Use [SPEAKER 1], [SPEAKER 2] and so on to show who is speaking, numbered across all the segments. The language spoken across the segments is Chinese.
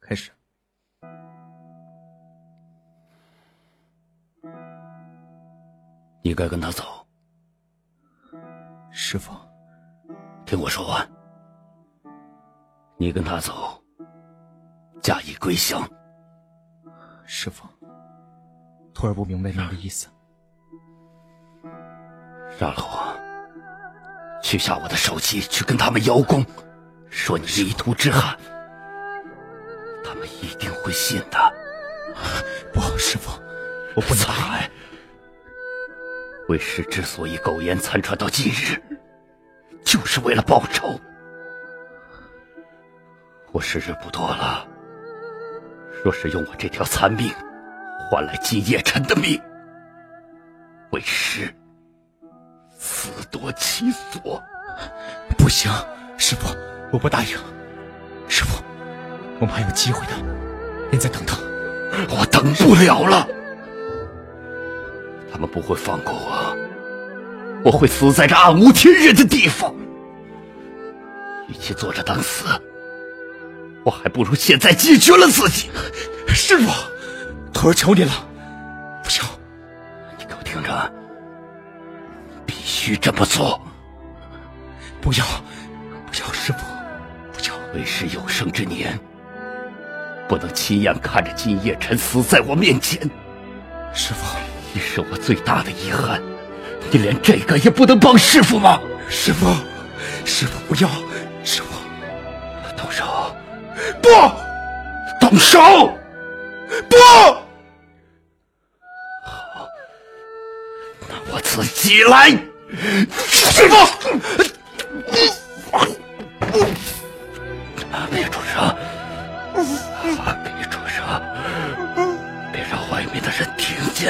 [SPEAKER 1] 开始。
[SPEAKER 2] 你该跟他走。
[SPEAKER 1] 师傅，
[SPEAKER 2] 听我说完。你跟他走，假意归降。
[SPEAKER 1] 师傅，徒儿不明白您的意思。
[SPEAKER 2] 让了我，取下我的手机去跟他们邀功，说你是一途之汉，他们一定会信的。
[SPEAKER 1] 不，师傅，我不能。
[SPEAKER 2] 才，为师之所以苟延残喘到今日，就是为了报仇。我时日不多了，若是用我这条残命换来金叶辰的命，为师死多其所。
[SPEAKER 1] 不行，师傅，我不答应。师傅，我们还有机会的，您再等等。
[SPEAKER 2] 我等不了了，他们不会放过我，我会死在这暗无天日的地方。与其坐着等死，我还不如现在解决了自己。
[SPEAKER 1] 师傅，徒儿求您了，不行，
[SPEAKER 2] 你给我听着，必须这么做。
[SPEAKER 1] 不要，不要，师傅，不要。
[SPEAKER 2] 为师有生之年，不能亲眼看着金叶辰死在我面前，
[SPEAKER 1] 师傅，
[SPEAKER 2] 也是我最大的遗憾。你连这个也不能帮师傅吗？
[SPEAKER 1] 师傅，师傅不要，师傅
[SPEAKER 2] 动手，
[SPEAKER 1] 不
[SPEAKER 2] 动手！
[SPEAKER 1] 不，
[SPEAKER 2] 那我自己来。
[SPEAKER 1] 师傅，
[SPEAKER 2] 别出声，别出声，别让外面的人听见。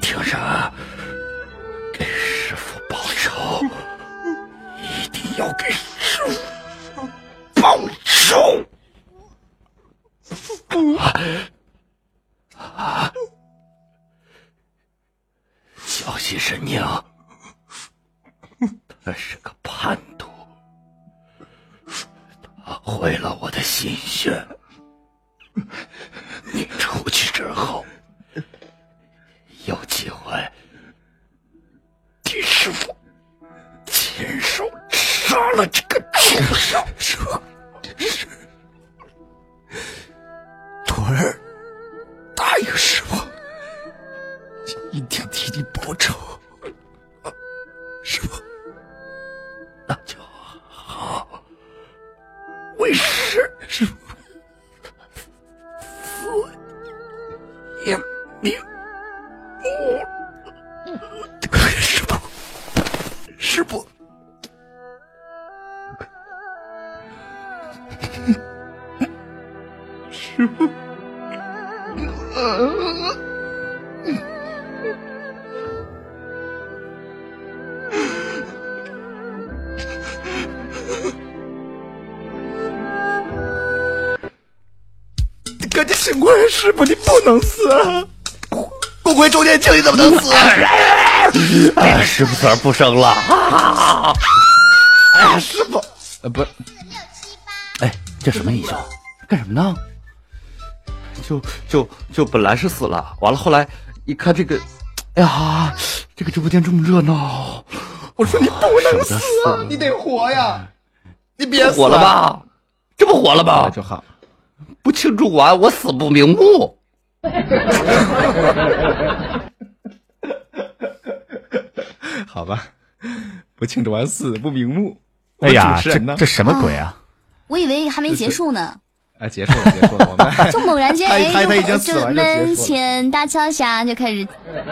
[SPEAKER 2] 听着，给师傅报仇，一定要给师傅报仇。小心神娘，他是个叛徒，他毁了我的心血。你出去之后，有机会，你师傅亲手杀了这个畜生。
[SPEAKER 1] 师傅，徒儿答应师傅，一定替你报仇。师傅，
[SPEAKER 2] 那就好，为师
[SPEAKER 1] 师傅，
[SPEAKER 2] 也明
[SPEAKER 1] 师傅，
[SPEAKER 2] 师 傅。
[SPEAKER 1] 你赶紧醒过来，师傅，你不能死啊！
[SPEAKER 2] 不归中间经，你怎么能死？啊，师傅腿不生了。啊，师傅，呃，不，哎，这什么你就干什么呢？就就就本来是死了，完了后来一看这个，哎呀，这个直播间这么热闹，
[SPEAKER 1] 我说你不能死
[SPEAKER 2] 舍不
[SPEAKER 1] 啊，你得活呀！你别死
[SPEAKER 2] 火了？吧？啊哎这不火了
[SPEAKER 1] 啊，
[SPEAKER 2] 吧？
[SPEAKER 1] 就好。
[SPEAKER 2] 不庆祝完，我死不瞑目。
[SPEAKER 1] 好吧，不庆祝完死不瞑目。我
[SPEAKER 3] 哎呀，
[SPEAKER 1] 主持
[SPEAKER 3] 这
[SPEAKER 1] 人呢？
[SPEAKER 3] 这什么鬼啊？
[SPEAKER 4] 我以为还没结束呢，
[SPEAKER 1] 啊，结束了，结束了，我们
[SPEAKER 4] 就猛然间，
[SPEAKER 1] 他
[SPEAKER 4] 哎，
[SPEAKER 1] 他他已经
[SPEAKER 4] 就
[SPEAKER 1] 死完就结束了
[SPEAKER 4] 门前大桥下就开始，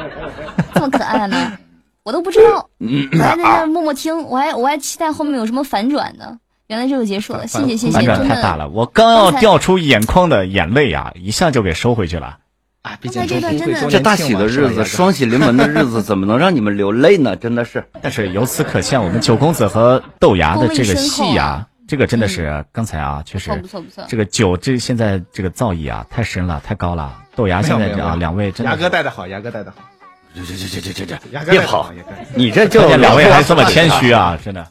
[SPEAKER 4] 这么可爱呢，我都不知道，我还在那儿默默听，我还我还期待后面有什么反转呢，原来这就结束了，谢谢谢谢，
[SPEAKER 3] 反转
[SPEAKER 4] 真
[SPEAKER 3] 太大
[SPEAKER 4] 的，
[SPEAKER 3] 了，我刚要掉出眼眶的眼泪啊，一下就给收回去了。
[SPEAKER 1] 啊，毕
[SPEAKER 4] 刚才这段真的
[SPEAKER 2] 这大喜的日子，双喜临门的日子，怎么能让你们流泪呢？真的是。
[SPEAKER 3] 但是由此可见，我们九公子和豆芽的这个戏
[SPEAKER 4] 功力深厚嗯
[SPEAKER 3] 啊，这个真的是刚才啊，确实
[SPEAKER 4] 错不错不错，
[SPEAKER 3] 这个酒这现在这个造诣啊，太深了，太高了。豆芽现在这啊，两位真
[SPEAKER 1] 牙哥
[SPEAKER 3] 的，
[SPEAKER 1] 带的好，牙哥带的好，
[SPEAKER 2] 这这这这这这
[SPEAKER 1] 牙
[SPEAKER 2] 这，
[SPEAKER 1] 哥带
[SPEAKER 2] 别
[SPEAKER 1] 得
[SPEAKER 2] 跑
[SPEAKER 1] 好，！牙哥
[SPEAKER 2] 你这就
[SPEAKER 3] 关键两位还这么谦虚啊，真的。